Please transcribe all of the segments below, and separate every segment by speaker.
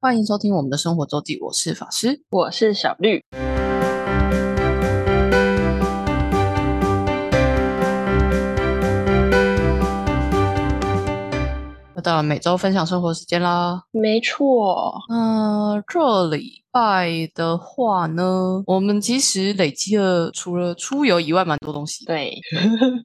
Speaker 1: 欢迎收听我们的生活周记，我是法师。
Speaker 2: 我是小绿。
Speaker 1: 又到了每周分享生活时间啦。
Speaker 2: 没错，
Speaker 1: 嗯、这礼拜的话呢，我们其实累积了除了出游以外蛮多东西。
Speaker 2: 对，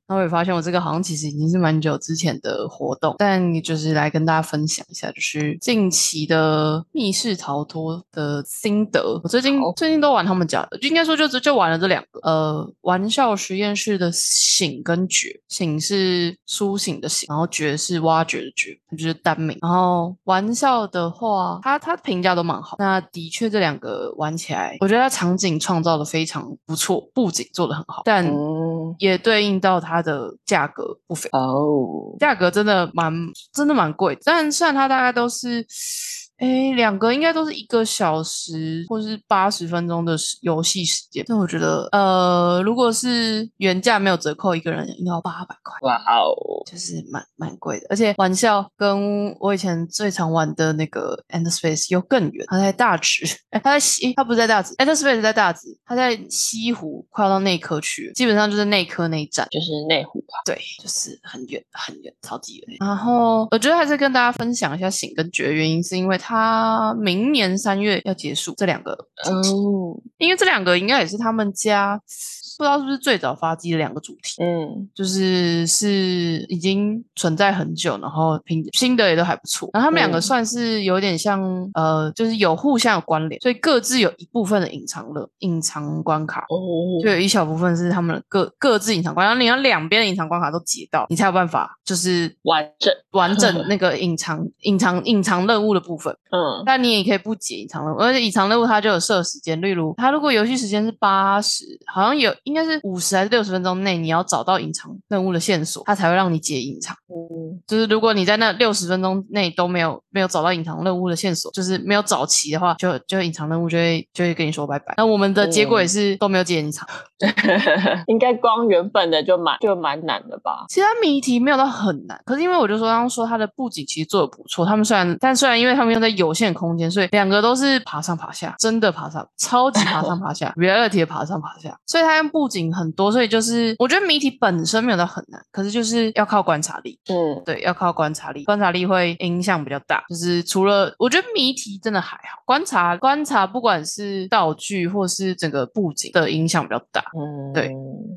Speaker 1: 那我也发现我这个好像其实已经是蛮久之前的活动，但你就是来跟大家分享一下，就是近期的密室逃脱的心得。我最近
Speaker 2: 好
Speaker 1: 最近都玩他们家的，就应该说就只就玩了这两个，呃，玩笑实验室的醒跟觉，醒是苏醒的醒，然后觉是挖掘的觉，它就是单名。然后玩笑的话，它它评价都蛮好，那的确这两个玩起来，我觉得它场景创造的非常不错，布景做的很好，但。
Speaker 2: 嗯，
Speaker 1: 也对应到它的价格不菲，
Speaker 2: 哦，
Speaker 1: 价格真的蛮真的蛮贵，但算它大概都是。哎，两个应该都是一个小时或是八十分钟的时游戏时间，但我觉得，呃，如果是原价没有折扣，一个人应该要八百块，
Speaker 2: 哇哦，
Speaker 1: 就是蛮蛮贵的。而且玩笑跟我以前最常玩的那个 End Space 又更远，它在大直，哎它在西，它不是在大直，End Space 在大直，它在西湖，快要到内科去了，基本上就是内科那一站。
Speaker 2: 就是内湖吧，
Speaker 1: 对，就是很远很远，超级远。然后我觉得还是跟大家分享一下醒跟觉的原因，是因为它明年三月要结束这两个主题，
Speaker 2: 哦，
Speaker 1: 因为这两个应该也是他们家不知道是不是最早发迹的两个主题。
Speaker 2: 嗯，
Speaker 1: 就是是已经存在很久，然后评新的也都还不错。然后他们两个
Speaker 2: 嗯
Speaker 1: 算是有点像、呃，就是有互相有关联，所以各自有一部分的隐藏了隐藏关卡。
Speaker 2: 哦，
Speaker 1: 就有一小部分是他们的各各自隐藏关卡，然后你要两边的隐藏关卡都解到，你才有办法就是
Speaker 2: 完整，
Speaker 1: 完整那个隐藏隐藏隐藏任务的部分。
Speaker 2: 嗯，
Speaker 1: 但你也可以不解隐藏任务，而且隐藏任务它就有设时间，例如它如果游戏时间是八十，好像有应该是五十还是六十分钟内，你要找到隐藏任务的线索，它才会让你解隐藏。
Speaker 2: 嗯
Speaker 1: 就是如果你在那六十分钟内都没有没有找到隐藏任务的线索，就是没有找齐的话，就就隐藏任务就会就会跟你说拜拜。那我们的结果也是都没有解隐藏。
Speaker 2: 应该光原本的就蛮就蛮难的吧，
Speaker 1: 其实它谜题没有到很难，可是因为我就说刚刚说它的布景其实做的不错，他们虽然但虽然因为他们用在有限空间，所以两个都是爬上爬下，真的爬上，超级爬上爬下，reality 的爬上爬下，所以它用布景很多，所以就是我觉得谜题本身没有到很难，可是就是要靠观察力，
Speaker 2: 嗯，
Speaker 1: 对，要靠观察力，观察力会影响比较大。就是除了我觉得谜题真的还好，观察观察不管是道具或是整个布景的影响比较大。
Speaker 2: 嗯，
Speaker 1: 对，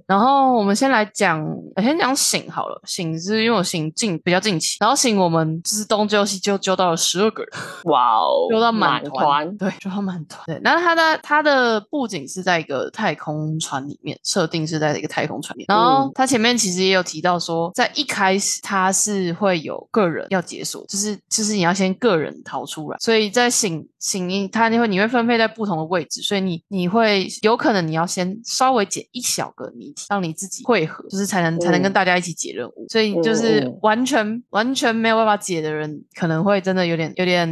Speaker 1: 然后我们先来讲，呃先讲醒好了。醒是因为我醒近比较近期，然后醒我们就是东揪西揪揪到了十二个人，
Speaker 2: 哇哦，
Speaker 1: 揪到满
Speaker 2: 满团，
Speaker 1: 对，揪到满团。对，那它的它的布景是在一个太空船里面，设定是在一个太空船里面。然后
Speaker 2: 嗯
Speaker 1: 它前面其实也有提到说，在一开始它是会有个人要解锁，就是就是你要先个人逃出来，所以在醒醒一它你会你会分配在不同的位置，所以你你会有可能你要先稍微解一小个谜题，让你自己汇合，就是才能才能跟
Speaker 2: 嗯
Speaker 1: 大家一起解任务。所以就是
Speaker 2: 嗯嗯，
Speaker 1: 完全完全没有办法解的人，可能会真的有点有点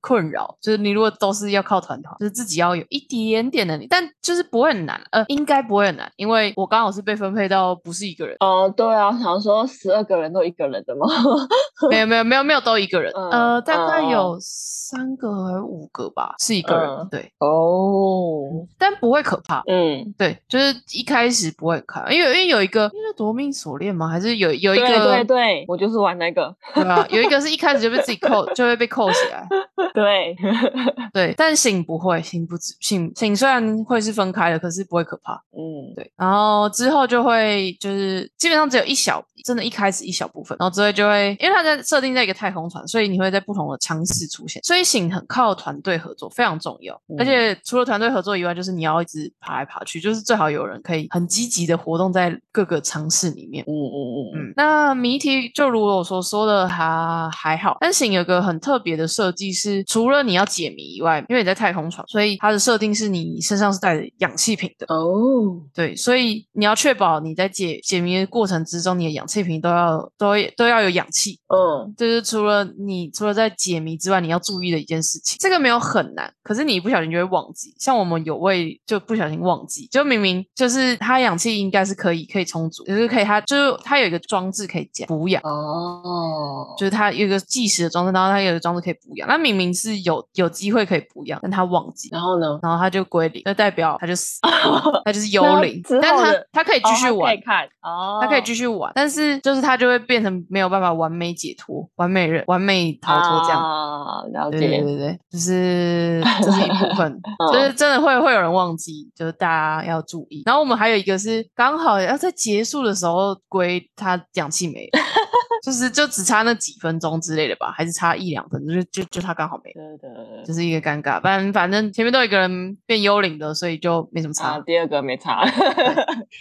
Speaker 1: 困扰。就是你如果都是要靠团团，就是自己要有一点点能力，但就是不会很难，呃，应该不会很难，因为我刚好是被分配到不是一个人
Speaker 2: 哦，对啊，想说十二个人都一个人的吗？
Speaker 1: 没有没有没有没有都一个人，
Speaker 2: 嗯
Speaker 1: 呃，大概
Speaker 2: 嗯嗯
Speaker 1: 有三个还是五个吧，是一个人，
Speaker 2: 嗯
Speaker 1: 对，
Speaker 2: 哦，
Speaker 1: 但不会可怕。
Speaker 2: 嗯，
Speaker 1: 对，就是一开始不会看，因为因为有一个，因为夺命锁链吗？还是有有一
Speaker 2: 对
Speaker 1: 个
Speaker 2: 对对，我就是玩那个，
Speaker 1: 对啊，有一个是一开始就被自己扣，就会被扣起来。
Speaker 2: 对，
Speaker 1: 对，但醒不会，醒不止醒醒虽然会是分开的，可是不会可怕。
Speaker 2: 嗯，
Speaker 1: 对，然后之后就会就是基本上只有一小，真的一开始一小部分，然后之后就会，因为它在设定在一个太空船，所以你会在不同的舱室出现，所以醒很靠团队合作，非常重要。而
Speaker 2: 嗯
Speaker 1: 且除了团队合作以外，就是你要一直爬来爬去，就是最好有人可以很积极的活动在各个舱室里面。
Speaker 2: 嗯嗯嗯嗯，
Speaker 1: 嗯，那谜题就如我所说的还还好，但醒有个很特别的设计是，除了你要解谜以外，因为你在太空船，所以它的设定是你身上是带着氧气瓶的。
Speaker 2: 哦，
Speaker 1: 对，所以你要确保你在解解谜的过程之中，你的氧气瓶都要都都要有氧气。
Speaker 2: 嗯，
Speaker 1: 这就是除了你除了在解谜之外，你要注意的一件事情。这个没有很难，可是你一不小心就会忘记。像我们有位就不小心忘记，就明明就是它氧气应该是可以可以充足，就是可以它就是它有一个装置可以加补氧。
Speaker 2: 哦，
Speaker 1: 就是它有一个计时的装置，然后它有一个装置可以补氧，那明明是有有机会可以补氧，但他忘记，
Speaker 2: 然 后呢？
Speaker 1: 然后他就归零，那代表他就死了，他就是幽灵
Speaker 2: 那之后。
Speaker 1: 但他
Speaker 2: 的
Speaker 1: 他可以继续
Speaker 2: 哦
Speaker 1: 玩
Speaker 2: 他可以，看哦，
Speaker 1: 他可以继续玩，但是就是他就会变成没有办法完美解脱、完美人、完美逃脱这样。
Speaker 2: 啊，了
Speaker 1: 对对
Speaker 2: 解。
Speaker 1: 对对，就是这是一部 分，
Speaker 2: 嗯
Speaker 1: 就是真的会会有人忘记，就是大家要注意。然后我们还有一个是刚好要在结束的时候归他氧气没了就是就只差那几分钟之类的吧，还是差一两分钟，就就就他刚好没了，
Speaker 2: 对的
Speaker 1: 这、是一个尴尬。反正反正前面都有一个人变幽灵的，所以就没什么
Speaker 2: 啊，
Speaker 1: 差，
Speaker 2: 第二个没查，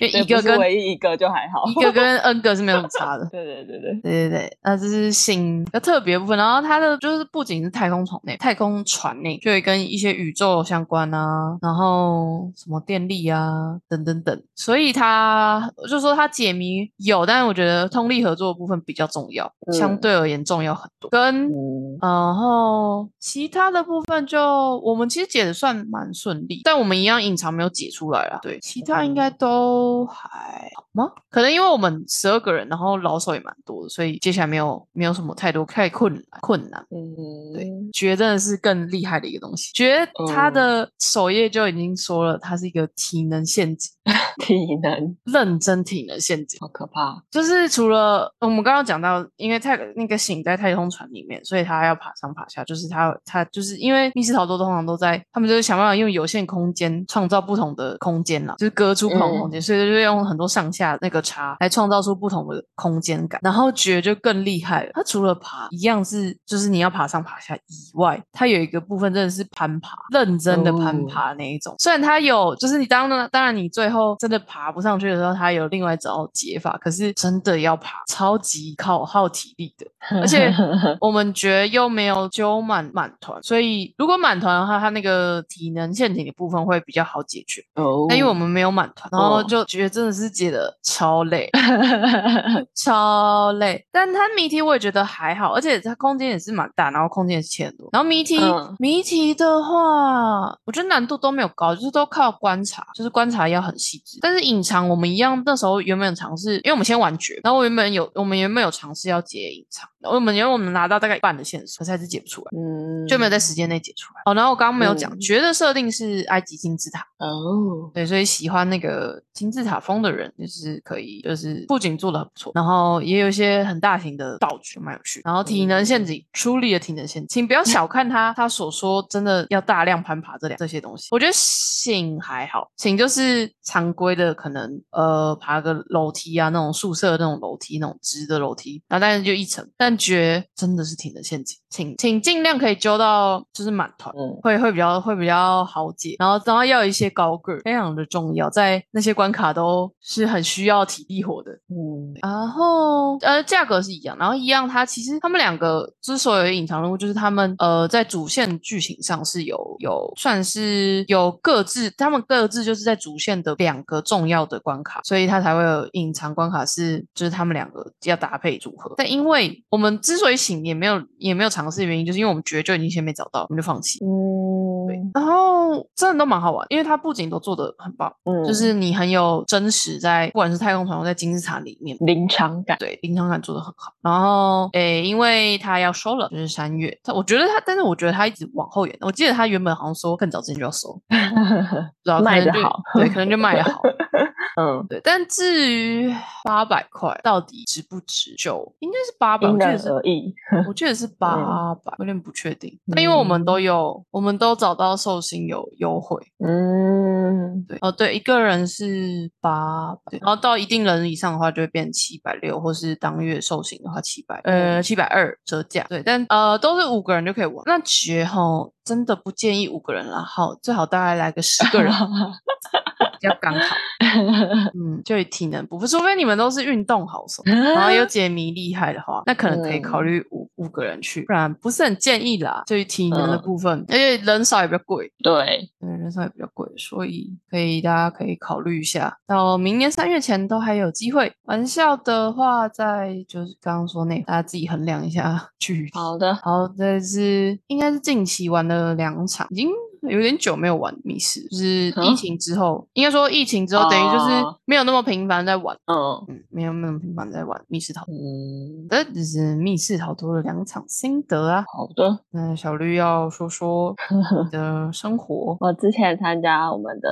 Speaker 1: 因为
Speaker 2: 对
Speaker 1: 一个
Speaker 2: 不是
Speaker 1: 跟
Speaker 2: 唯一一个就还好。
Speaker 1: 一个跟 N 个是没有什么差的。
Speaker 2: 对对对对，
Speaker 1: 对对对，那这是性比较特别的部分。然后它的就是不仅是太空船内、太空船内，就也跟一些宇宙相关啊，然后什么电力啊等等等。所以它我就说它解谜有，但是我觉得通力合作的部分比较重要，
Speaker 2: 嗯
Speaker 1: 相对而言重要很多。跟
Speaker 2: 嗯，
Speaker 1: 然后其他的部分就我们其实解的算蛮顺利，但我们一样隐藏没有解出来啦。对，其他应该都还好吗？可能因为我们十二个人，然后老手也蛮多的，所以接下来没有没有什么太多太困难困难。
Speaker 2: 嗯，
Speaker 1: 对，绝真的是更厉害的一个东西。绝它的首页就已经说了，它是一个体能陷阱，
Speaker 2: 体能
Speaker 1: 认真体能陷阱。
Speaker 2: 好可 怕，
Speaker 1: 就是除了我们刚刚讲到，因为太那个醒在太空船里面，所以他要爬上爬下，就是他他就是因为密室逃脱通常都在，他们就是想办法用有限空间创造不同的空间啦，就是隔出不同的空间，所以就是用很多上下那个差来创造出不同的空间感。然后觉就更厉害了，它除了爬一样是就是你要爬上爬下以外，它有一个部分真的是攀爬，认真的攀
Speaker 2: 哦
Speaker 1: 爬。爬那一种。虽然它有，就是你当然当然你最后真的爬不上去的时候，它有另外一招解法，可是真的要爬，超级靠耗体力的。
Speaker 2: 而
Speaker 1: 且 我们觉得又没有揪满满团，所以如果满团的话，它那个体能陷阱的部分会比较好解决。
Speaker 2: 哦，
Speaker 1: 但因为我们没有满团，然后
Speaker 2: 哦
Speaker 1: 就觉得真的是解的超累， 超累，但它谜题我也觉得还好，而且它空间也是蛮大，然后空间也是切很多。然后谜题、
Speaker 2: 嗯
Speaker 1: 谜题的话，我觉得难度都没有高，就是都靠观察，就是观察要很细致。但是隐藏我们一样，那时候原本尝试，因为我们先玩绝，然后我原本有我们原本有尝试要解隐藏，我们因为我们拿到大概一半的线索，可是还是解不出来。
Speaker 2: 嗯
Speaker 1: 就没有在时间内解出来哦。然后我刚刚没有讲，
Speaker 2: 嗯
Speaker 1: 绝的设定是埃及金字塔，
Speaker 2: 哦，
Speaker 1: 对，所以喜欢那个金字塔风的人，就是可以，就是不仅做的很不错，然后也有一些很大型的道具，蛮有趣。然后体能陷阱处理的体能陷阱，请不要小看它，它所说真的要大量攀爬这两这些东西。我觉得醒还好，醒就是常规的，可能呃爬个楼梯啊，那种宿舍的那种楼梯，那种直的楼梯，然后但是就一层。但绝真的是体能陷阱，请请尽量可以揪到就是满团。
Speaker 2: 嗯，
Speaker 1: 会会比较会比较好解，然后然后要有一些高个儿，非常的重要，在那些关卡都是很需要体力活的。
Speaker 2: 嗯，
Speaker 1: 然后呃，价格是一样，然后一样，它其实他们两个之所以隐藏人物，就是他们呃在主线剧情上是有有算是有各自，他们各自就是在主线的两个重要的关卡，所以它才会有隐藏关卡是就是他们两个要搭配组合。但因为我们之所以醒也没有也没有尝试的原因，就是因为我们觉得就已经先被找到，我们就放弃。
Speaker 2: 嗯，
Speaker 1: 然后真的都蛮好玩，因为它不仅都做的很棒，
Speaker 2: 嗯，
Speaker 1: 就是你很有真实在，不管是太空船或在金字塔里面。
Speaker 2: 临场感，
Speaker 1: 对，临场感做的很好。然后，诶，因为他要收了，就是三月。他我觉得他，但是我觉得他一直往后延。我记得他原本好像说更早之前就要 收，不知道可
Speaker 2: 卖
Speaker 1: 能
Speaker 2: 得
Speaker 1: 就
Speaker 2: 好
Speaker 1: 对，可能就 卖的好。
Speaker 2: 嗯，
Speaker 1: 对，但至于八百块到底值不值，就应该是八百，我
Speaker 2: 因
Speaker 1: 记得
Speaker 2: 人
Speaker 1: 是
Speaker 2: 而嗯异，
Speaker 1: 我记得 是八百，有点不确定。那因为我们都有，我们都找到寿星有优惠，
Speaker 2: 嗯，
Speaker 1: 对，哦对，一个人是八百，然后到一定人以上的话就会变七百六，或是当月寿星的话七百，呃七百二折价。对，但呃都是五个人就可以玩。那绝吼真的不建议五个人啦，好，最好大概来个十个人 比较刚 好。嗯，就以 嗯体能不，除非你们都是运动好手，然后又解谜厉害的话，那可能可以考虑五五、五个人去，不然不是很建议啦。对于体能的
Speaker 2: 嗯
Speaker 1: 部分，而且人少也比较贵，
Speaker 2: 对，
Speaker 1: 对，人少也比较贵，所以可以大家可以考虑一下，到明年三月前都还有机会。玩笑的话，在就是刚刚说那个，大家自己衡量一下 距离。
Speaker 2: 好的，
Speaker 1: 好，这是应该是近期玩了两场，已经有点久没有玩密室，就是疫
Speaker 2: 嗯
Speaker 1: 情之后，应该说疫情之后，等于就是
Speaker 2: 哦
Speaker 1: 没有那么频繁在玩，
Speaker 2: 嗯
Speaker 1: 嗯，没有那么频繁在玩密室逃脱。
Speaker 2: 嗯，
Speaker 1: 这只是密室逃脱的两场心得啊。
Speaker 2: 好的。
Speaker 1: 那小绿要说说你的生活，
Speaker 2: 我之前参加我们的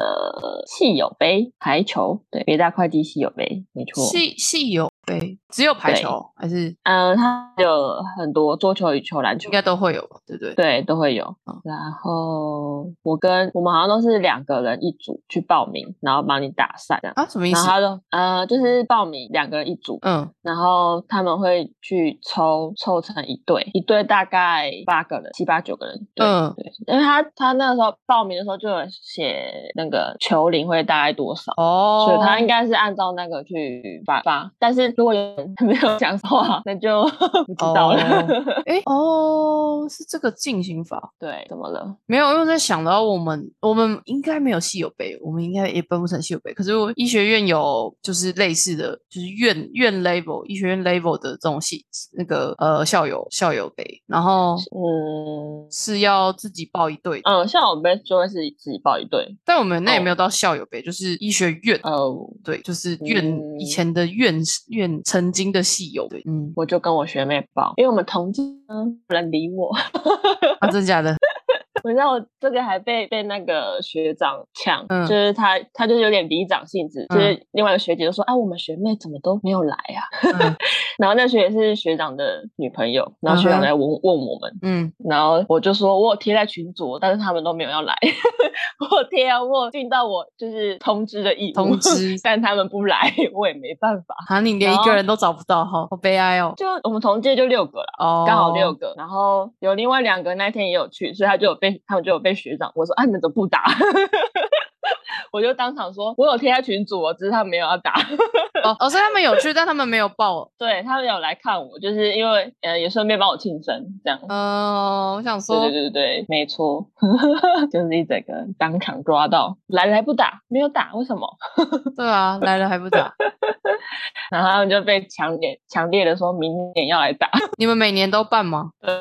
Speaker 2: 戏友杯排球，对，北大会计戏友杯，没错。
Speaker 1: 戏戏友杯只有排
Speaker 2: 对
Speaker 1: 球还是
Speaker 2: 嗯，它有很多桌球、羽球、篮球
Speaker 1: 应，该都会有吧，对不对？
Speaker 2: 对，都会有
Speaker 1: 嗯。
Speaker 2: 然后我跟我们好像都是两个人一组去报名，然后帮你打散这样。
Speaker 1: 啊，什么意
Speaker 2: 然后
Speaker 1: 思？
Speaker 2: 他就呃，就是报名两个人一组，
Speaker 1: 嗯，
Speaker 2: 然后他们会去抽抽成一对，一对大概八个人，七八九个人。对、
Speaker 1: 嗯
Speaker 2: 对，因为他他那个时候报名的时候就有写那个球龄会大概多少。
Speaker 1: 哦，
Speaker 2: 所以他应该是按照那个去发发，但是如果有人 没有讲的话，那就 不知道了。
Speaker 1: 哦哎、哦，是这个进行法，
Speaker 2: 对，怎么了？
Speaker 1: 没有，因为在想到我们，我们应该没有系友杯，我们应该也分不成系友杯。可是我医学院有，就是类似的，就是院院 level 医学院 level 的这种系那个呃校友校友杯，然后
Speaker 2: 嗯
Speaker 1: 是要自己报一队的，
Speaker 2: 嗯，像我们就会是自己报一队。
Speaker 1: 但我们那也没
Speaker 2: 哦
Speaker 1: 有到校友杯，就是医学院
Speaker 2: 呃，
Speaker 1: 对，就是院、以
Speaker 2: 嗯
Speaker 1: 前的院院曾经的戏友，对，嗯，
Speaker 2: 我就跟我学妹报，因为我们同届呢不能理我。
Speaker 1: 啊，真的假的？
Speaker 2: 我知道我这个还被被那个学长呛，
Speaker 1: 嗯
Speaker 2: 就是他他就是有点里长性质，
Speaker 1: 嗯
Speaker 2: 就是另外一个学姐就说啊，我们学妹怎么都没有来啊？
Speaker 1: 嗯
Speaker 2: 然后那学姐是学长的女朋友，然后
Speaker 1: 嗯
Speaker 2: 学长
Speaker 1: 哼
Speaker 2: 来问、问我们，
Speaker 1: 嗯，
Speaker 2: 然后我就说我有贴在群组，但是他们都没有要来， 我有贴啊，我有尽到我就是通知的义务，
Speaker 1: 通知
Speaker 2: 但他们不来， 我也没办法。
Speaker 1: 啊，你连一
Speaker 2: 然
Speaker 1: 个
Speaker 2: 后
Speaker 1: 人都找不到，好好悲哀哦。
Speaker 2: 就我们同届就六个了。
Speaker 1: 哦，
Speaker 2: 刚好六个，然后有另外两个那天也有去，所以他就有被他们就有被学长我说啊你们怎么不打？ 我就当场说我有贴在群组哦，只是他们没有要打。
Speaker 1: 哦哦，所以他们有去，但他们没有报。
Speaker 2: 对他们有来看我，就是因为呃也顺便帮我庆生这样。
Speaker 1: 嗯，我想
Speaker 2: 对
Speaker 1: 说
Speaker 2: 对，对对，没错， 就是一整个当场抓到，来来不打，没有打，为什么？
Speaker 1: 对啊，来了还不打，
Speaker 2: 然后他们就被强烈强烈的说明年要来打，
Speaker 1: 你们每年都办吗？
Speaker 2: 对，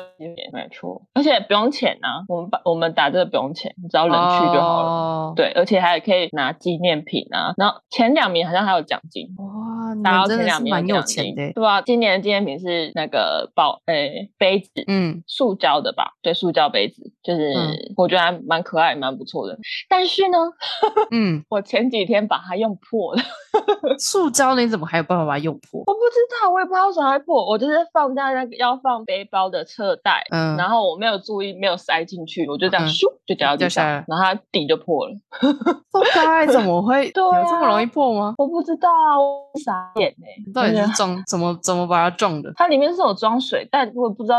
Speaker 2: 没错，而且不用钱啊，我们把我们打这个不用钱，你只要人去就好了。
Speaker 1: 哦，
Speaker 2: 对，而且还可以拿纪念品啊。然后前两名好像还有奖金，
Speaker 1: 哇，你
Speaker 2: 达
Speaker 1: 们
Speaker 2: 到
Speaker 1: 真
Speaker 2: 前
Speaker 1: 的
Speaker 2: 两
Speaker 1: 是
Speaker 2: 名
Speaker 1: 蛮
Speaker 2: 奖
Speaker 1: 有钱
Speaker 2: 金
Speaker 1: 的欸。
Speaker 2: 对啊，今年的纪念品是那个宝诶、杯子。
Speaker 1: 嗯，
Speaker 2: 塑胶的吧，对，塑胶杯子，就是、
Speaker 1: 嗯
Speaker 2: 我觉得还蛮可爱，蛮不错的。但是呢，
Speaker 1: 嗯，
Speaker 2: 我前几天把它用破了，
Speaker 1: 塑胶你怎么还有办法把它用破？
Speaker 2: 我不知道，啊我也不知道为什么会破，我就是放在那个要放背包的侧袋，
Speaker 1: 嗯，
Speaker 2: 然后我没有注意，没有塞进去，我就这样
Speaker 1: 嗯
Speaker 2: 咻、就掉到
Speaker 1: 掉
Speaker 2: 地
Speaker 1: 下
Speaker 2: 上
Speaker 1: 来，
Speaker 2: 然后它底就破了。
Speaker 1: 塑胶怎么会有
Speaker 2: 对
Speaker 1: 这么容易
Speaker 2: 啊
Speaker 1: 破吗？
Speaker 2: 我不知道啊，我傻眼哎、欸，
Speaker 1: 到底
Speaker 2: 真
Speaker 1: 是
Speaker 2: 的
Speaker 1: 撞怎么怎么把它撞的？
Speaker 2: 它里面是有装水，但我也不知道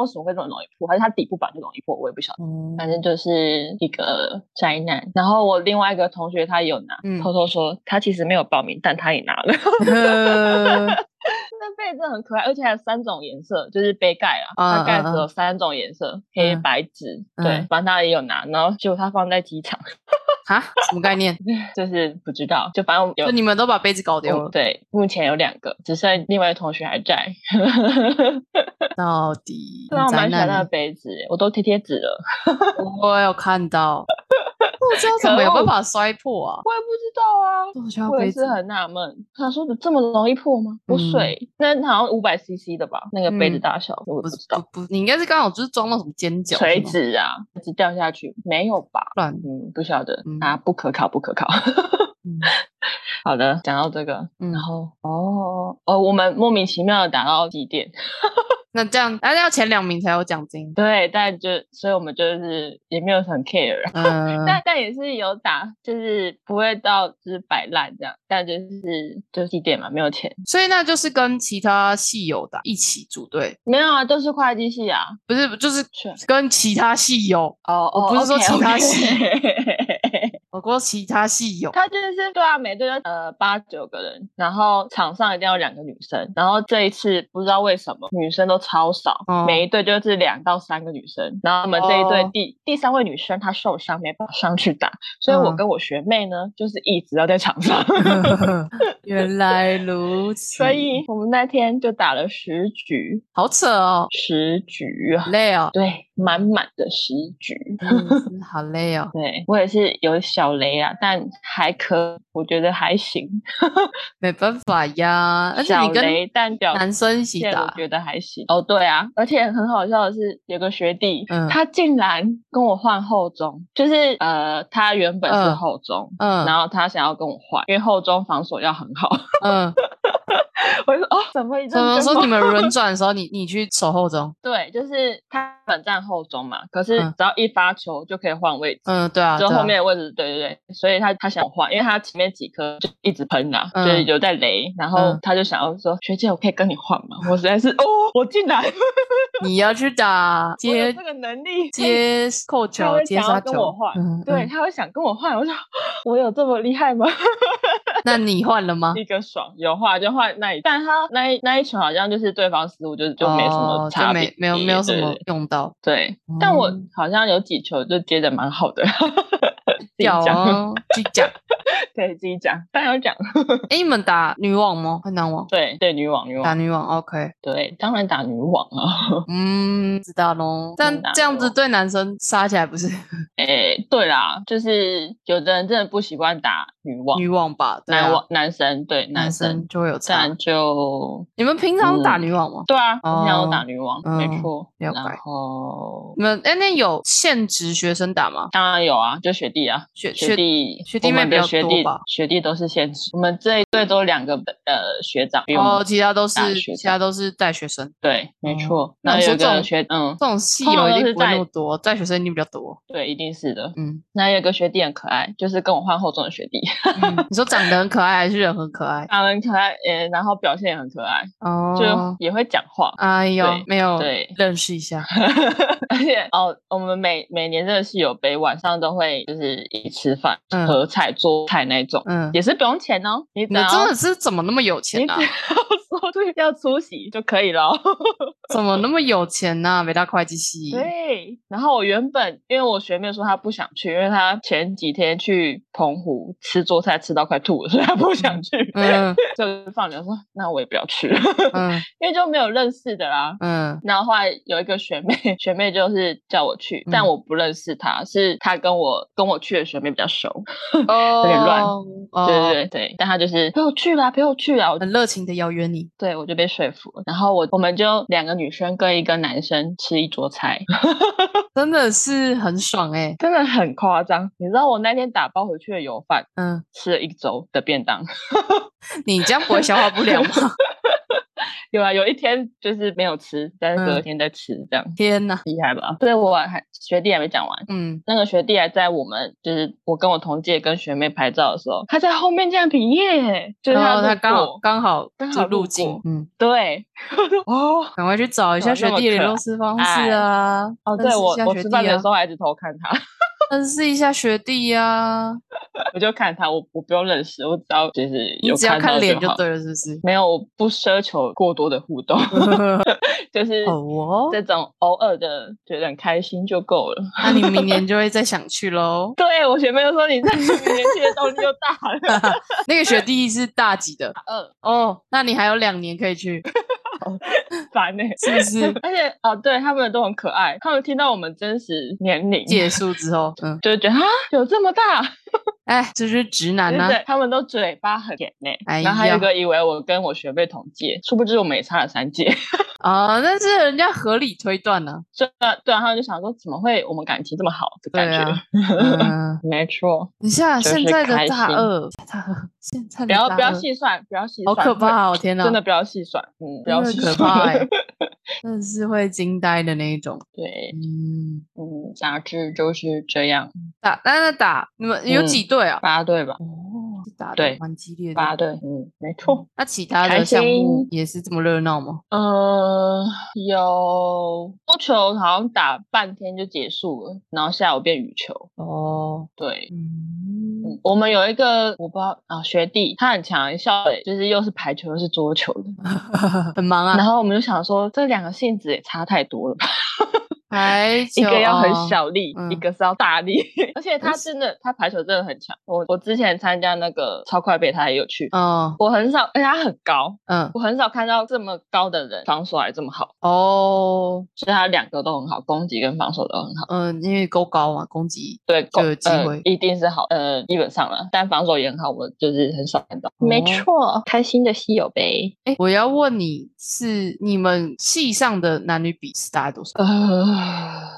Speaker 2: 为什么会这么容易破，还是它底部板就容易破，我也不晓得。
Speaker 1: 嗯
Speaker 2: 反正就是一个灾难。然后我另外一个同学他也有拿，
Speaker 1: 嗯
Speaker 2: 偷偷说他其实没有报名，但他也拿了。
Speaker 1: 呃
Speaker 2: 那杯真的很可爱，而且还有三种颜色，就是杯盖啊，
Speaker 1: 嗯
Speaker 2: 它盖
Speaker 1: 嗯
Speaker 2: 子
Speaker 1: 嗯
Speaker 2: 有三种颜色，黑
Speaker 1: 嗯
Speaker 2: 白纸。
Speaker 1: 嗯
Speaker 2: 对，反正他也有拿，然后结果他放在机场，
Speaker 1: 哈，什么概念？
Speaker 2: 就是不知道，就反正有
Speaker 1: 就。你们都把杯子搞
Speaker 2: 我
Speaker 1: 丢了，
Speaker 2: 对，目前有两个，只剩另外一个同学 还在。
Speaker 1: 到底
Speaker 2: 对
Speaker 1: 很
Speaker 2: 啊，我
Speaker 1: 灾
Speaker 2: 蛮喜欢那个
Speaker 1: 难。
Speaker 2: 杯子耶，我都贴贴纸了。
Speaker 1: 我有看到，塑胶怎么有办法摔破啊？
Speaker 2: 我也不知道啊，
Speaker 1: 塑胶
Speaker 2: 我也
Speaker 1: 杯子
Speaker 2: 是很纳闷，他说的这么容易破吗？我
Speaker 1: 嗯
Speaker 2: 水、那好像五百 CC 的吧，那个杯子
Speaker 1: 嗯
Speaker 2: 大小、我
Speaker 1: 不
Speaker 2: 也不
Speaker 1: 是
Speaker 2: 知道，
Speaker 1: 不不，你应该是刚好就是装到什么尖角
Speaker 2: 垂
Speaker 1: 是吗
Speaker 2: 直啊，一直掉下去没有吧？
Speaker 1: 不然
Speaker 2: 嗯，不晓得、
Speaker 1: 嗯
Speaker 2: 啊，不可靠，不 可靠。
Speaker 1: 嗯
Speaker 2: 好的，讲到这个，
Speaker 1: 嗯
Speaker 2: 然后哦哦，我们莫名其妙的打到几点？
Speaker 1: 那这样，那要前两名才有奖金。
Speaker 2: 对，但就所以我们就是也没有很 care，、
Speaker 1: 嗯，
Speaker 2: 但但也是有打，就是不会到就是摆烂这样，但就是就几点嘛，没有钱，
Speaker 1: 所以那就是跟其他系友的一起组队，
Speaker 2: 没有啊，都是会计系啊，
Speaker 1: 不是就是
Speaker 2: 是。
Speaker 1: 跟其他系友
Speaker 2: 哦，
Speaker 1: 我
Speaker 2: 哦
Speaker 1: 不是说
Speaker 2: OK，
Speaker 1: 其他
Speaker 2: OK
Speaker 1: 系我国其他系有，
Speaker 2: 他就是对啊，每队就呃八九个人，然后场上一定要两个女生，然后这一次不知道为什么女生都超少，
Speaker 1: 哦
Speaker 2: 每一队就是两到三个女生，然后我们这一队
Speaker 1: 哦
Speaker 2: 第、第三位女生她受伤没办法上去打，所以我
Speaker 1: 嗯
Speaker 2: 跟我学妹呢就是一直要在 场上，
Speaker 1: 原来如此，
Speaker 2: 所以我们那天就打了十局，
Speaker 1: 好扯哦，
Speaker 2: 十局啊，
Speaker 1: 累哦，
Speaker 2: 对，满满的十局。
Speaker 1: 嗯好累哦，
Speaker 2: 对我也是有小雷啊，但还可，我觉得还行。
Speaker 1: 没办法呀，而且
Speaker 2: 小
Speaker 1: 你跟
Speaker 2: 雷但表
Speaker 1: 男生一起
Speaker 2: 现在我
Speaker 1: 打，
Speaker 2: 觉得还行。哦，对啊，而且很好笑的是，有个学弟，
Speaker 1: 嗯
Speaker 2: 他竟然跟我换后中，就是呃，他原本是
Speaker 1: 嗯
Speaker 2: 后中。
Speaker 1: 嗯
Speaker 2: 然后他想要跟我换，因为后中防守要很好。
Speaker 1: 嗯，
Speaker 2: 我就说哦，怎么一阵
Speaker 1: 怎么
Speaker 2: 跟
Speaker 1: 说
Speaker 2: 我
Speaker 1: 你们轮转的时候，你你去守后中，
Speaker 2: 对，就是他本站后中嘛，可是
Speaker 1: 嗯
Speaker 2: 只要一发球就可以换位置。
Speaker 1: 嗯，对啊，
Speaker 2: 就
Speaker 1: 对啊
Speaker 2: 后面的位置，对对对，所以他他想换，因为他前面几颗就一直喷啊，
Speaker 1: 嗯
Speaker 2: 就是有在雷，然后
Speaker 1: 嗯
Speaker 2: 他就想要说、学姐，我可以跟你换吗？我实在是哦， 我进来，
Speaker 1: 你要去打
Speaker 2: 我有
Speaker 1: 接
Speaker 2: 这个能力，
Speaker 1: 接扣
Speaker 2: 他
Speaker 1: 球
Speaker 2: 会
Speaker 1: 接
Speaker 2: 想要
Speaker 1: 杀
Speaker 2: 跟
Speaker 1: 球
Speaker 2: 我换，
Speaker 1: 嗯
Speaker 2: 对，
Speaker 1: 嗯
Speaker 2: 他会想跟我换，我说我有这么厉害吗？
Speaker 1: 那你换了吗？
Speaker 2: 一个爽，有换就换那一，但他那一那一球好像就是对方失误， 就就没什么
Speaker 1: 哦就
Speaker 2: 差别，
Speaker 1: 没没有没有什么
Speaker 2: 对。
Speaker 1: 用到，
Speaker 2: 对，但我
Speaker 1: 嗯
Speaker 2: 好像有几球就接的蛮好的， 自己
Speaker 1: 屌
Speaker 2: 讲，
Speaker 1: 哦，去讲。
Speaker 2: 对自己讲，但要讲，
Speaker 1: 哎，你们打女网吗？还男网？
Speaker 2: 对对，女网女
Speaker 1: 打
Speaker 2: 网，
Speaker 1: 女网，OK，
Speaker 2: 对，当然打女网啊，
Speaker 1: 嗯，知道喽。但
Speaker 2: 打
Speaker 1: 这样
Speaker 2: 女
Speaker 1: 子
Speaker 2: 网
Speaker 1: 对男生杀起来不是
Speaker 2: 诶，对啦，就是有的人真的不习惯打女网，
Speaker 1: 女网吧？对
Speaker 2: 男
Speaker 1: 啊
Speaker 2: 网，男生对
Speaker 1: 男
Speaker 2: 生，
Speaker 1: 生就会有差
Speaker 2: 但。就
Speaker 1: 你们平常打
Speaker 2: 嗯
Speaker 1: 女网吗？
Speaker 2: 对啊，我平常都打
Speaker 1: 哦
Speaker 2: 女网，
Speaker 1: 嗯
Speaker 2: 没错。
Speaker 1: 了
Speaker 2: 然
Speaker 1: 解
Speaker 2: 后
Speaker 1: 你们哎，那有限职学生打吗？
Speaker 2: 当然有啊，就学弟啊，
Speaker 1: 学
Speaker 2: 学弟，
Speaker 1: 学弟
Speaker 2: 我
Speaker 1: 妹
Speaker 2: 们
Speaker 1: 比
Speaker 2: 的
Speaker 1: 较
Speaker 2: 学
Speaker 1: 多
Speaker 2: 弟
Speaker 1: 吧
Speaker 2: 学弟都是现实。我们这一队都有两个呃学长，比我们
Speaker 1: 哦，其他都
Speaker 2: 大
Speaker 1: 是
Speaker 2: 学
Speaker 1: 其他都是带学生。
Speaker 2: 对，没
Speaker 1: 哦
Speaker 2: 错。
Speaker 1: 那
Speaker 2: 那
Speaker 1: 你说
Speaker 2: 有一
Speaker 1: 这种
Speaker 2: 个学嗯，
Speaker 1: 这种戏
Speaker 2: 通
Speaker 1: 友
Speaker 2: 常
Speaker 1: 一定
Speaker 2: 都是
Speaker 1: 不会那
Speaker 2: 在
Speaker 1: 么多，带学生一定比较 多。
Speaker 2: 对，一定是的。
Speaker 1: 嗯，
Speaker 2: 那有一个学弟很可爱，就是跟我换后中的学弟，
Speaker 1: 嗯你说长得很可爱还是人很可爱？
Speaker 2: 他很可爱，呃，然后表现也很可爱，就
Speaker 1: 哦，
Speaker 2: 也会讲话。
Speaker 1: 哎呦
Speaker 2: 对，
Speaker 1: 没有
Speaker 2: 对
Speaker 1: 认识一下，
Speaker 2: 而且哦，我们每每年这个戏友杯晚上都会就是一起吃饭、
Speaker 1: 嗯
Speaker 2: 合菜、做菜那种，
Speaker 1: 嗯，
Speaker 2: 也是不用钱哦。你只
Speaker 1: 你们
Speaker 2: 要
Speaker 1: 真的是怎么那么有钱
Speaker 2: 你
Speaker 1: 啊
Speaker 2: 只？要说对要出席就可以了。
Speaker 1: 怎么那么有钱呐、北大会计系，
Speaker 2: 对，然后我原本因为我学妹说她不想去，因为她前几天去澎湖吃做菜吃到快吐了，所以她不想去，
Speaker 1: 嗯
Speaker 2: 所 以我就放牛说那我也不要去，
Speaker 1: 嗯
Speaker 2: 因为就没有认识的啦。
Speaker 1: 嗯
Speaker 2: 然后后来有一个学妹，学妹就是叫我去，
Speaker 1: 嗯
Speaker 2: 但我不认识她，是她跟我跟我去的学妹比较熟，
Speaker 1: 哦，
Speaker 2: 点乱
Speaker 1: 哦，
Speaker 2: 对对对对，但她就是陪我去啦，陪我去啦，我
Speaker 1: 很热情的邀约你，
Speaker 2: 对我就被说服了。然后我我们就两个女生跟一个男生吃一桌菜，
Speaker 1: 真的是很爽哎、
Speaker 2: 真的很夸张。你知道我那天打包回去的油饭
Speaker 1: 嗯，
Speaker 2: 吃了一周的便当，
Speaker 1: 你这样不会消化不良吗？
Speaker 2: 有啊，有一天就是没有吃，但是隔
Speaker 1: 嗯
Speaker 2: 天再吃，这样
Speaker 1: 天哪，
Speaker 2: 厉害吧？对，我还学弟还没讲完。
Speaker 1: 嗯，
Speaker 2: 那个学弟还在我们，就是我跟我同届跟学妹拍照的时候，他在后面这样比耶，就是
Speaker 1: 然
Speaker 2: 他
Speaker 1: 后哦他
Speaker 2: 路
Speaker 1: 刚好
Speaker 2: 过
Speaker 1: 刚好
Speaker 2: 刚
Speaker 1: 就
Speaker 2: 好路
Speaker 1: 路径
Speaker 2: 过，
Speaker 1: 嗯，
Speaker 2: 对， 哦
Speaker 1: 赶快去找一下
Speaker 2: 怎
Speaker 1: 学
Speaker 2: 么那么
Speaker 1: 弟的
Speaker 2: 可
Speaker 1: 联络私方式啊，
Speaker 2: 哦，
Speaker 1: 认
Speaker 2: 对
Speaker 1: 识
Speaker 2: 我
Speaker 1: 一下
Speaker 2: 我
Speaker 1: 学
Speaker 2: 吃饭
Speaker 1: 弟
Speaker 2: 的
Speaker 1: 啊
Speaker 2: 时，候还一直偷看他，
Speaker 1: 认识一下啊学弟呀，
Speaker 2: 我就看他，我我不用认识，我只要就是
Speaker 1: 你
Speaker 2: 有
Speaker 1: 只要
Speaker 2: 到
Speaker 1: 看脸
Speaker 2: 就
Speaker 1: 就
Speaker 2: 好
Speaker 1: 对了，是不是？
Speaker 2: 没有，我不奢求过多的 互动，就是
Speaker 1: 好哦，
Speaker 2: 这种偶尔的觉得很开心就够了。。
Speaker 1: 那你明年就会再想去喽
Speaker 2: 对我学妹就说你这个年纪的动力就大了。
Speaker 1: 那个学弟是大几的？
Speaker 2: 嗯，
Speaker 1: 哦，那你还有两年可以 去，
Speaker 2: 烦呢、？
Speaker 1: 是不是
Speaker 2: 而且哦，对他们都很可爱，他们听到我们真实年龄，
Speaker 1: 结束之后，嗯，
Speaker 2: 就觉得啊，有这么大，
Speaker 1: 哎，这就是直男
Speaker 2: 对
Speaker 1: 呐、
Speaker 2: 对，他们都嘴巴很甜呢、
Speaker 1: 哎
Speaker 2: 然后还有
Speaker 1: 呀
Speaker 2: 一个以为我跟我学妹同届，殊不知我们也差了三届。
Speaker 1: 啊，但是人家合理推断呢、
Speaker 2: 所以对啊，他们就想说怎么会我们感情这么好的感
Speaker 1: 对
Speaker 2: 觉？
Speaker 1: 啊，嗯，
Speaker 2: 没错，
Speaker 1: 你像
Speaker 2: 就是
Speaker 1: 现在的大
Speaker 2: 开心
Speaker 1: 二，大二，现在的
Speaker 2: 不要
Speaker 1: 大
Speaker 2: 不要
Speaker 1: 二
Speaker 2: 细算，不要细
Speaker 1: 好
Speaker 2: 算，
Speaker 1: 可怕哦！天哪，
Speaker 2: 真的不要细算，嗯，不要
Speaker 1: 真
Speaker 2: 细
Speaker 1: 的
Speaker 2: 算。
Speaker 1: 可怕、欸，真的是会惊呆的那一种。
Speaker 2: 对，
Speaker 1: 嗯，
Speaker 2: 嗯，杂志就是这样，
Speaker 1: 打，那那打，你们有
Speaker 2: 嗯
Speaker 1: 几队啊？
Speaker 2: 八对吧？
Speaker 1: 哦，是打得
Speaker 2: 对
Speaker 1: 蛮激烈的。
Speaker 2: 八对，嗯，没错。
Speaker 1: 那其他的
Speaker 2: 开
Speaker 1: 项目
Speaker 2: 心
Speaker 1: 也是这么热闹吗？
Speaker 2: 呃，有桌球好像打半天就结束了，然后下午变羽球。
Speaker 1: 哦，
Speaker 2: 对，
Speaker 1: 嗯，
Speaker 2: 嗯，我们有一个我不知道啊学弟，他很强，校队就是又是排球又是桌球的，
Speaker 1: 很忙啊
Speaker 2: 然。后我们就想说这两个性质也差太多了吧。
Speaker 1: 排球
Speaker 2: 一个要
Speaker 1: 哦
Speaker 2: 很小力，
Speaker 1: 嗯
Speaker 2: 一个是要大力， 而且他真的，他排球真的很强。我我之前参加那个超快杯，他也有去。
Speaker 1: 嗯
Speaker 2: 我很少，而且他很高，
Speaker 1: 嗯
Speaker 2: 我很少看到这么高的人防守还这么好，
Speaker 1: 哦
Speaker 2: 所以他两个都很好，攻击跟防守都很好。
Speaker 1: 嗯，因为够高嘛，攻击
Speaker 2: 对，攻
Speaker 1: 有机
Speaker 2: 呃
Speaker 1: 会
Speaker 2: 一定是好，呃，基本上了，但防守也很好，我就是很少看到。没
Speaker 1: 哦
Speaker 2: 错，开心的稀有杯。
Speaker 1: 哎，我要问你是你们系上的男女比是大概多少？
Speaker 2: 呃，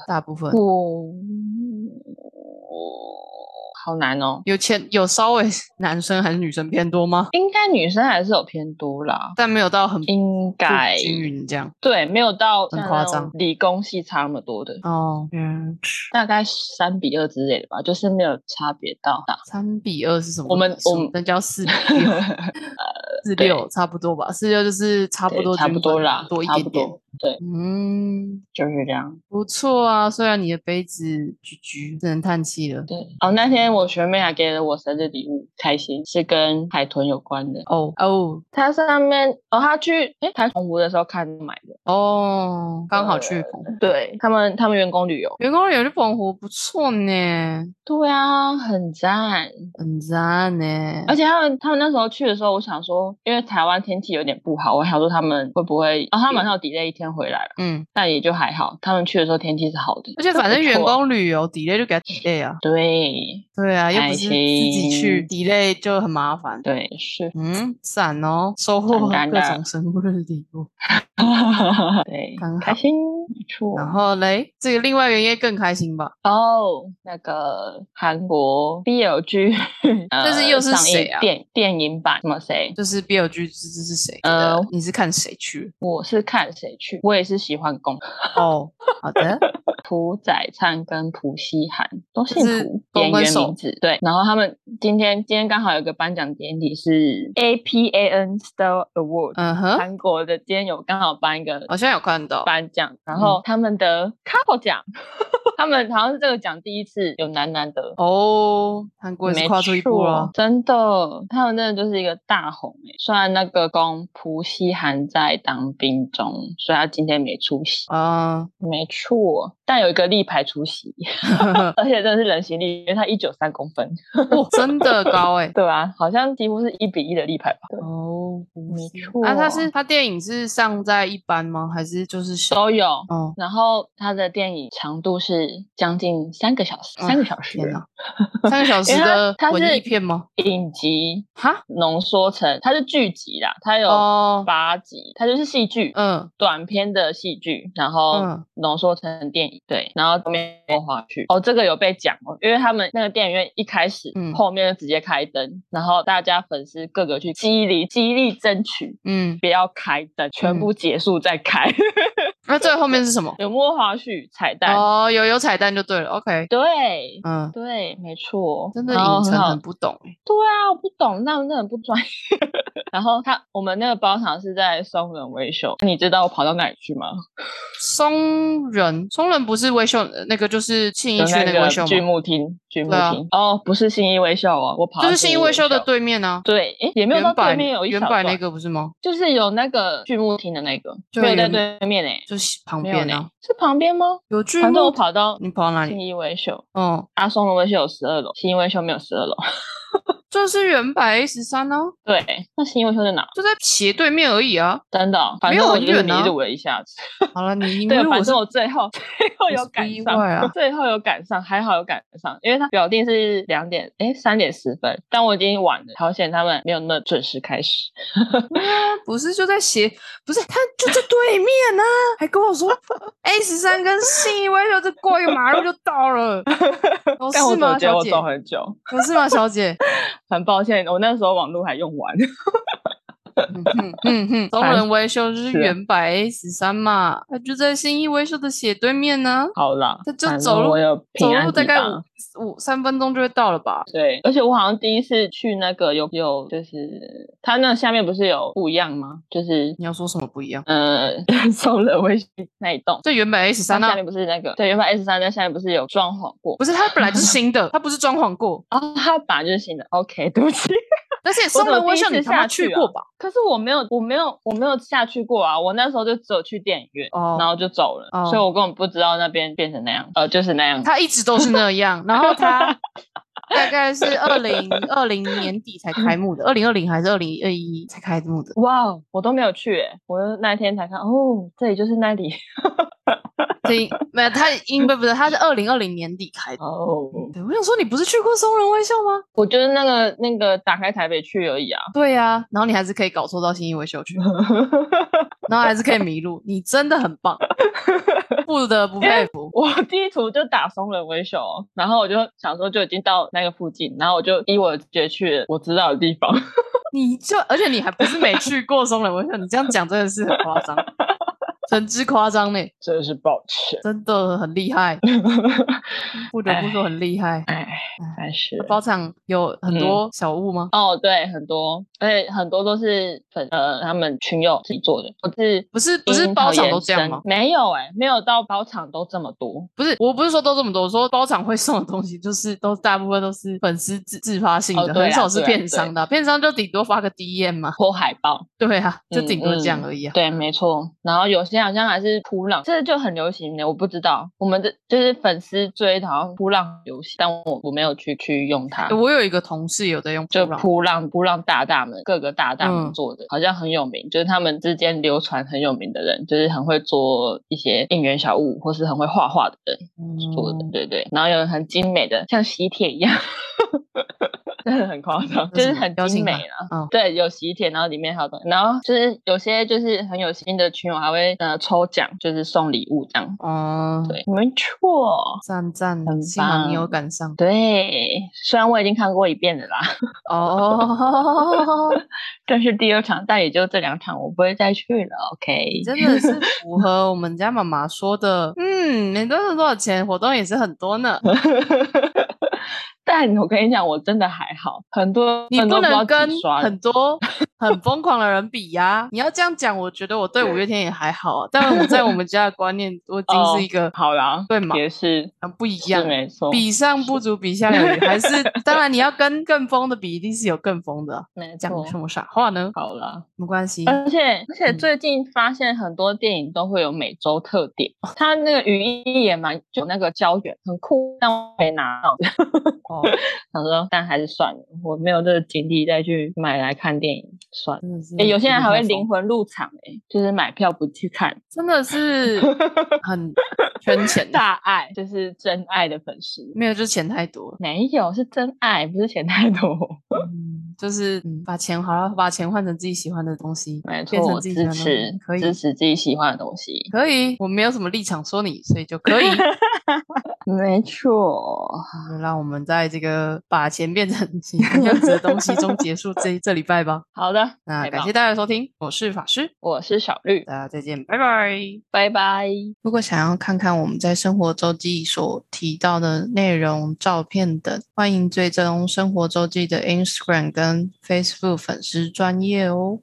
Speaker 1: 大部分
Speaker 2: 我好难哦，
Speaker 1: 有前有稍微 男生还是女生偏多吗？
Speaker 2: 应该女生还是有偏多啦。
Speaker 1: 但没有到很
Speaker 2: 应
Speaker 1: 不
Speaker 2: 该
Speaker 1: 均匀这样
Speaker 2: 对，没有到
Speaker 1: 很
Speaker 2: 像
Speaker 1: 夸
Speaker 2: 那种
Speaker 1: 张
Speaker 2: 理工系差那么多的，
Speaker 1: 哦，嗯，
Speaker 2: 大概三比二之类的吧，就是没有差别到大。
Speaker 1: 三比二是什么比数？
Speaker 2: 我们我们呃
Speaker 1: 那叫 四比六，四
Speaker 2: 对
Speaker 1: 六差不多吧？四六就是差不
Speaker 2: 对
Speaker 1: 多，
Speaker 2: 差不多啦，
Speaker 1: 多一
Speaker 2: 差
Speaker 1: 点
Speaker 2: 不
Speaker 1: 点。
Speaker 2: 多，对，
Speaker 1: 嗯，
Speaker 2: 就是这样。
Speaker 1: 不错啊，虽然你的杯子居居，只能叹气了。
Speaker 2: 对，哦，那天我学妹还给了我生日礼物，开心，是跟海豚有关的。
Speaker 1: 哦哦
Speaker 2: 它上面，哦，她去诶台澎湖的时候看买的，
Speaker 1: 哦，刚好
Speaker 2: 呃
Speaker 1: 去澎湖，
Speaker 2: 对他们他们员工旅游，
Speaker 1: 员工旅游去澎湖不错呢，
Speaker 2: 对啊，很赞。
Speaker 1: 很赞呢。
Speaker 2: 而且他们他们那时候去的时候，我想说，因为台湾天气有点不好，我想说他们会不会，哦，他们好像有 delay 一天回来了。
Speaker 1: 嗯，
Speaker 2: 但也就还好，他们去的时候天气是好的，
Speaker 1: 而且反正员
Speaker 2: 不错
Speaker 1: 工旅游 delay 就给他 delay 啊，
Speaker 2: 对
Speaker 1: 对啊，又不
Speaker 2: 开
Speaker 1: 是自己去
Speaker 2: 心
Speaker 1: delay 就很麻烦。，
Speaker 2: 对是
Speaker 1: 嗯，赞哦，收获
Speaker 2: 赞赞
Speaker 1: 各
Speaker 2: 赞
Speaker 1: 种生日礼物。
Speaker 2: 对
Speaker 1: 很好，
Speaker 2: 开心，没错。
Speaker 1: 然后嘞，这个另外一个应该更开心吧？
Speaker 2: 哦，那个韩国 BL 剧，
Speaker 1: 但
Speaker 2: 但
Speaker 1: 是又是谁啊
Speaker 2: 电电影版什么谁？
Speaker 1: 就是 BL g 这这是谁？
Speaker 2: 呃，
Speaker 1: 你是看谁去？
Speaker 2: 我是看谁去，我也是喜欢宫
Speaker 1: 哦，好的，
Speaker 2: 朴宰灿跟朴熙涵都姓
Speaker 1: 就是
Speaker 2: 朴，
Speaker 1: 宫
Speaker 2: 演
Speaker 1: 跟
Speaker 2: 员
Speaker 1: 守
Speaker 2: 名字对。然后他们今天今天刚好有一个颁奖典礼是 APAN Star Award，、
Speaker 1: 嗯哼，
Speaker 2: 韩国的今天有刚好颁一个
Speaker 1: 好像有嗯看到，
Speaker 2: 颁奖，然后他们的 couple 奖， 他们好像是这个奖第一次有男男得。
Speaker 1: 哦，韩国也是
Speaker 2: 没
Speaker 1: 跨出一步了
Speaker 2: 错，。真的，他们真的就是一个大红诶、虽然那个公朴熙涵在当兵中，所以他今天没出席，
Speaker 1: 啊，
Speaker 2: 没错，但有一个立牌出席， 而且真的是人形立，因为他一九三公分，
Speaker 1: 哦，真的高 哎、
Speaker 2: 对啊，好像几乎是一比一的立牌吧。对
Speaker 1: 哦，
Speaker 2: 没
Speaker 1: 啊，他
Speaker 2: 错
Speaker 1: 是他电影是上在一般吗？还是就是小？
Speaker 2: 都有，
Speaker 1: 哦，
Speaker 2: 然后它的电影长度是将近三个小时，三个小时
Speaker 1: 啊天哪，三个小时
Speaker 2: 因为它
Speaker 1: 的
Speaker 2: 它
Speaker 1: 文
Speaker 2: 是
Speaker 1: 艺片吗？
Speaker 2: 影集
Speaker 1: 哈，
Speaker 2: 浓缩成，它是剧集啦，它有
Speaker 1: 哦，
Speaker 2: 八集，它就是戏剧，
Speaker 1: 嗯，
Speaker 2: 短篇的戏剧，然后
Speaker 1: 嗯
Speaker 2: 浓缩成电影，对，然后后面播花絮。哦，这个有被讲哦，因为他们那个电影院一开始，
Speaker 1: 嗯
Speaker 2: 后面就直接开灯，然后大家粉丝各个去激励激励争取。
Speaker 1: 嗯，
Speaker 2: 不要开灯，全部结束再开。
Speaker 1: 那最后面是什么？
Speaker 2: 有摸花絮、彩蛋，
Speaker 1: 哦，有有彩蛋就对了，OK，
Speaker 2: 对
Speaker 1: 嗯，
Speaker 2: 对，没错，
Speaker 1: 真的
Speaker 2: 然后
Speaker 1: 影城
Speaker 2: 哦很好
Speaker 1: 很不懂欸
Speaker 2: 对啊，我不懂，那那很不专业。 然后他我们那个包场是在双人维修，你知道我跑到哪里去吗？
Speaker 1: 松仁，松仁不是微秀呃那个，就是信义
Speaker 2: 就
Speaker 1: 区那个微秀
Speaker 2: 剧
Speaker 1: 吗？
Speaker 2: 目厅，剧目
Speaker 1: 对啊
Speaker 2: 厅。哦，不是信义微秀哦，我跑
Speaker 1: 就
Speaker 2: 到
Speaker 1: 是信义微秀的对面啊。
Speaker 2: 对，诶，也没有到
Speaker 1: 原
Speaker 2: 对
Speaker 1: 版
Speaker 2: 面有一
Speaker 1: 原
Speaker 2: 小
Speaker 1: 版
Speaker 2: 段，
Speaker 1: 那个不是吗？
Speaker 2: 就是有那个剧目厅的那个，
Speaker 1: 就
Speaker 2: 没有在
Speaker 1: 原
Speaker 2: 对面诶、
Speaker 1: 就是旁
Speaker 2: 没有
Speaker 1: 边
Speaker 2: 呢、
Speaker 1: 啊，
Speaker 2: 是旁边吗？
Speaker 1: 有剧
Speaker 2: 反正我
Speaker 1: 目。
Speaker 2: 跑嗯到
Speaker 1: 你跑到哪
Speaker 2: 信
Speaker 1: 里？
Speaker 2: 义微秀，
Speaker 1: 哦，
Speaker 2: 阿松的微秀有十二楼，信义微秀没有十二楼。
Speaker 1: 就是原版 A 十三啊，
Speaker 2: 对，那信义微秀在哪？
Speaker 1: 就在斜对面而已啊。
Speaker 2: 真的哦，反
Speaker 1: 没
Speaker 2: 正
Speaker 1: 有
Speaker 2: 我
Speaker 1: 很
Speaker 2: 就是
Speaker 1: 远
Speaker 2: 迷
Speaker 1: 啊
Speaker 2: 路了一下子。
Speaker 1: 好了，你你
Speaker 2: 对，
Speaker 1: 如果
Speaker 2: 反
Speaker 1: 是
Speaker 2: 正我最后 最后
Speaker 1: 我
Speaker 2: 有
Speaker 1: 是
Speaker 2: 赶
Speaker 1: 意
Speaker 2: 上，
Speaker 1: 外啊
Speaker 2: 最后有赶上，还好有赶上，因为他表定是两点，哎，三点十分，但我已经晚了，好险他们没有那么准时开始。
Speaker 1: 不是就在斜，不是他就在对面呢、啊，还跟我 说 A 十三跟信义微秀这过一个马路就到 了。哦，
Speaker 2: 但
Speaker 1: 是
Speaker 2: 我
Speaker 1: 吗，
Speaker 2: 总觉得
Speaker 1: 小
Speaker 2: 我
Speaker 1: 姐？哦
Speaker 2: 走很久，
Speaker 1: 不是吗，小姐？
Speaker 2: 很抱歉，我那时候网络还用完。
Speaker 1: 嗯嗯嗯，中人维修就是
Speaker 2: 是啊
Speaker 1: 原百 A 十三嘛，它就在新义维修的斜对面呢、
Speaker 2: 好啦，
Speaker 1: 它就
Speaker 2: 反正
Speaker 1: 走路
Speaker 2: 我有平
Speaker 1: 走
Speaker 2: 安
Speaker 1: 路大
Speaker 2: 抵
Speaker 1: 概
Speaker 2: 达
Speaker 1: 五五三分钟就会到了吧？
Speaker 2: 对，而且我好像第一次去那个有有，就是它那下面不是有不一样吗？就是
Speaker 1: 你要说什么不一样？
Speaker 2: 呃， 松仁微信那一栋，
Speaker 1: 对，原本 A 十
Speaker 2: 它
Speaker 1: 三
Speaker 2: 下
Speaker 1: 那
Speaker 2: 面不是那个对，原本 S 三那下面不是有装潢过
Speaker 1: 不是它本来就是新的，它不是装潢过，
Speaker 2: 哦，它本来就是新的。OK，对不 起，
Speaker 1: 而且松
Speaker 2: 怎
Speaker 1: 仁
Speaker 2: 么
Speaker 1: 微
Speaker 2: 第一
Speaker 1: 笑你
Speaker 2: 次
Speaker 1: 他妈
Speaker 2: 下
Speaker 1: 去
Speaker 2: 去啊
Speaker 1: 过吧？
Speaker 2: 可是我没有，我没有，我没有下去过啊，我那时候就只有去电影院。
Speaker 1: 哦
Speaker 2: 然后就走了
Speaker 1: 哦
Speaker 2: 所以我根本不知道那边变成那样，呃，就是那样。
Speaker 1: 他一直都是那样，然后他大概是二零二零年底才开幕的，二零二零还是二零二一才开幕的。
Speaker 2: 哇哦，我都没有去、欸，我就那天才看，哦，这里就是那里，
Speaker 1: 所以没有他应该不是，他是二零二零年底开的。
Speaker 2: 哦，
Speaker 1: 对，我想说你不是去过松仁微笑吗？
Speaker 2: 我就是那个那个打开台北去而已啊，
Speaker 1: 对呀、然后你还是可以搞错到新义维修去，然后还是可以迷路， 你真的很棒，不得不佩服。
Speaker 2: 我地图就打松仁微秀，哦然后我就想说就已经到那个附近，然后我就依我的直觉去了我知道的地方。
Speaker 1: 你就而且你还不是没去过松仁微笑，你这样讲真的是很夸张，整之夸张呢，
Speaker 2: 真的是抱歉。
Speaker 1: 真的很厉害，不得不说很厉害。
Speaker 2: 哎，但是
Speaker 1: 包场有很
Speaker 2: 嗯
Speaker 1: 多小物吗？
Speaker 2: 哦，对，很多，而且很多都是粉呃他们群友自己做的，不是
Speaker 1: 不是不是
Speaker 2: 樱
Speaker 1: 包
Speaker 2: 桃
Speaker 1: 场
Speaker 2: 延
Speaker 1: 都这样
Speaker 2: 伸
Speaker 1: 吗？
Speaker 2: 没有哎、没有到包场都这么多。
Speaker 1: 不是，我不是说都这么多，我说包场会送的东西就是都大部分都是粉丝自自发性的，
Speaker 2: 哦
Speaker 1: 很
Speaker 2: 对啦
Speaker 1: 少是
Speaker 2: 对啦
Speaker 1: 片商的啊、片商就顶多发个 DM 嘛，
Speaker 2: 或海报，
Speaker 1: 对啊，就
Speaker 2: 嗯
Speaker 1: 顶多这样
Speaker 2: 嗯
Speaker 1: 而已啊。
Speaker 2: 对，没错。然后有些好像还是扑浪，这就很流行的，我不知道。我们的就是粉丝追的好像扑浪流行，但我我没有去去用它。
Speaker 1: 我有一个同事有在用
Speaker 2: 就
Speaker 1: 扑浪
Speaker 2: 扑浪扑浪大大们各个大大
Speaker 1: 嗯
Speaker 2: 们做的，好像很有名，就是他们之间流传很有名的人，就是很会做一些应援小物，或是很会画画的人做的，
Speaker 1: 嗯
Speaker 2: 对对。然后有很精美的，像喜帖一样， 真的很夸张，
Speaker 1: 这
Speaker 2: 就是
Speaker 1: 什
Speaker 2: 是
Speaker 1: 么
Speaker 2: 很
Speaker 1: 邀
Speaker 2: 精
Speaker 1: 请
Speaker 2: 美
Speaker 1: 码
Speaker 2: 啦。
Speaker 1: 嗯
Speaker 2: 对，有喜帖，然后里面还有东西，然后就是有些就是很有心的群友还会呃抽奖，就是送礼物这样。
Speaker 1: 哦，
Speaker 2: 对，没错，
Speaker 1: 赞赞，
Speaker 2: 很
Speaker 1: 幸好你有
Speaker 2: 棒
Speaker 1: 赶上
Speaker 2: 对。虽然我已经看过一遍了啦，
Speaker 1: 哦，
Speaker 2: 这是第二场，但也就这两场，我不会再去了。OK，
Speaker 1: 你 真的是符合我们家妈妈说的，嗯，每顿都多少钱，活动也是很多呢。
Speaker 2: 但我跟你讲，我真的还好，很多
Speaker 1: 你
Speaker 2: 很
Speaker 1: 不
Speaker 2: 多
Speaker 1: 能
Speaker 2: 知道
Speaker 1: 跟
Speaker 2: 几刷的
Speaker 1: 很多很疯狂的人比呀、你要这样讲，我觉得我对五月天也还好、啊，但我在我们家的观念，我已经
Speaker 2: 哦
Speaker 1: 是一个
Speaker 2: 好啦，
Speaker 1: 对嘛
Speaker 2: 也是
Speaker 1: 很不一
Speaker 2: 是
Speaker 1: 样。
Speaker 2: 没错，
Speaker 1: 比上不足，比下有余，还 是当然你要跟更疯的比，一定是有更疯的啊。
Speaker 2: 没
Speaker 1: 讲
Speaker 2: 错
Speaker 1: 什。么傻话呢？
Speaker 2: 好啦，
Speaker 1: 没关系，
Speaker 2: 而且而且
Speaker 1: 嗯
Speaker 2: 最近发现很多电影都会有每周特点，
Speaker 1: 哦
Speaker 2: 它那个语音也蛮有那个胶原，很酷，但我没拿到。
Speaker 1: 哦，
Speaker 2: 想说，但还是算了，我没有这个精力再去买来看电影，算了。
Speaker 1: 真的 是、
Speaker 2: 欸有些人还会灵
Speaker 1: 灵，
Speaker 2: 魂入场、欸，就是买票不去看，
Speaker 1: 真的是很圈钱的，
Speaker 2: 大爱就是真爱的粉丝。
Speaker 1: 没有就钱太多了，
Speaker 2: 没有，是真爱，不是钱太多。
Speaker 1: 嗯，就是、嗯、把钱好了，把钱换成自己喜欢的东西，
Speaker 2: 没
Speaker 1: 变
Speaker 2: 错，
Speaker 1: 成
Speaker 2: 我
Speaker 1: 自己
Speaker 2: 支
Speaker 1: 喜欢的东西
Speaker 2: 持
Speaker 1: 可以
Speaker 2: 支持自己喜欢的东西。
Speaker 1: 可以，我没有什么立场说你，所以就可 以。
Speaker 2: 没错，
Speaker 1: 嗯让我们在这个把钱变成喜欢样子的东西中结束这这礼拜吧。
Speaker 2: 好的，
Speaker 1: 那
Speaker 2: 太
Speaker 1: 感
Speaker 2: 棒
Speaker 1: 谢大家的收听，我是法师，
Speaker 2: 我是小绿，
Speaker 1: 大家再见，拜拜。
Speaker 2: 拜拜。
Speaker 1: 如果想要看看我们在生活周记所提到的内容、照片等，欢迎追踪生活周记的 Instagram 跟 Facebook 粉丝专业哦。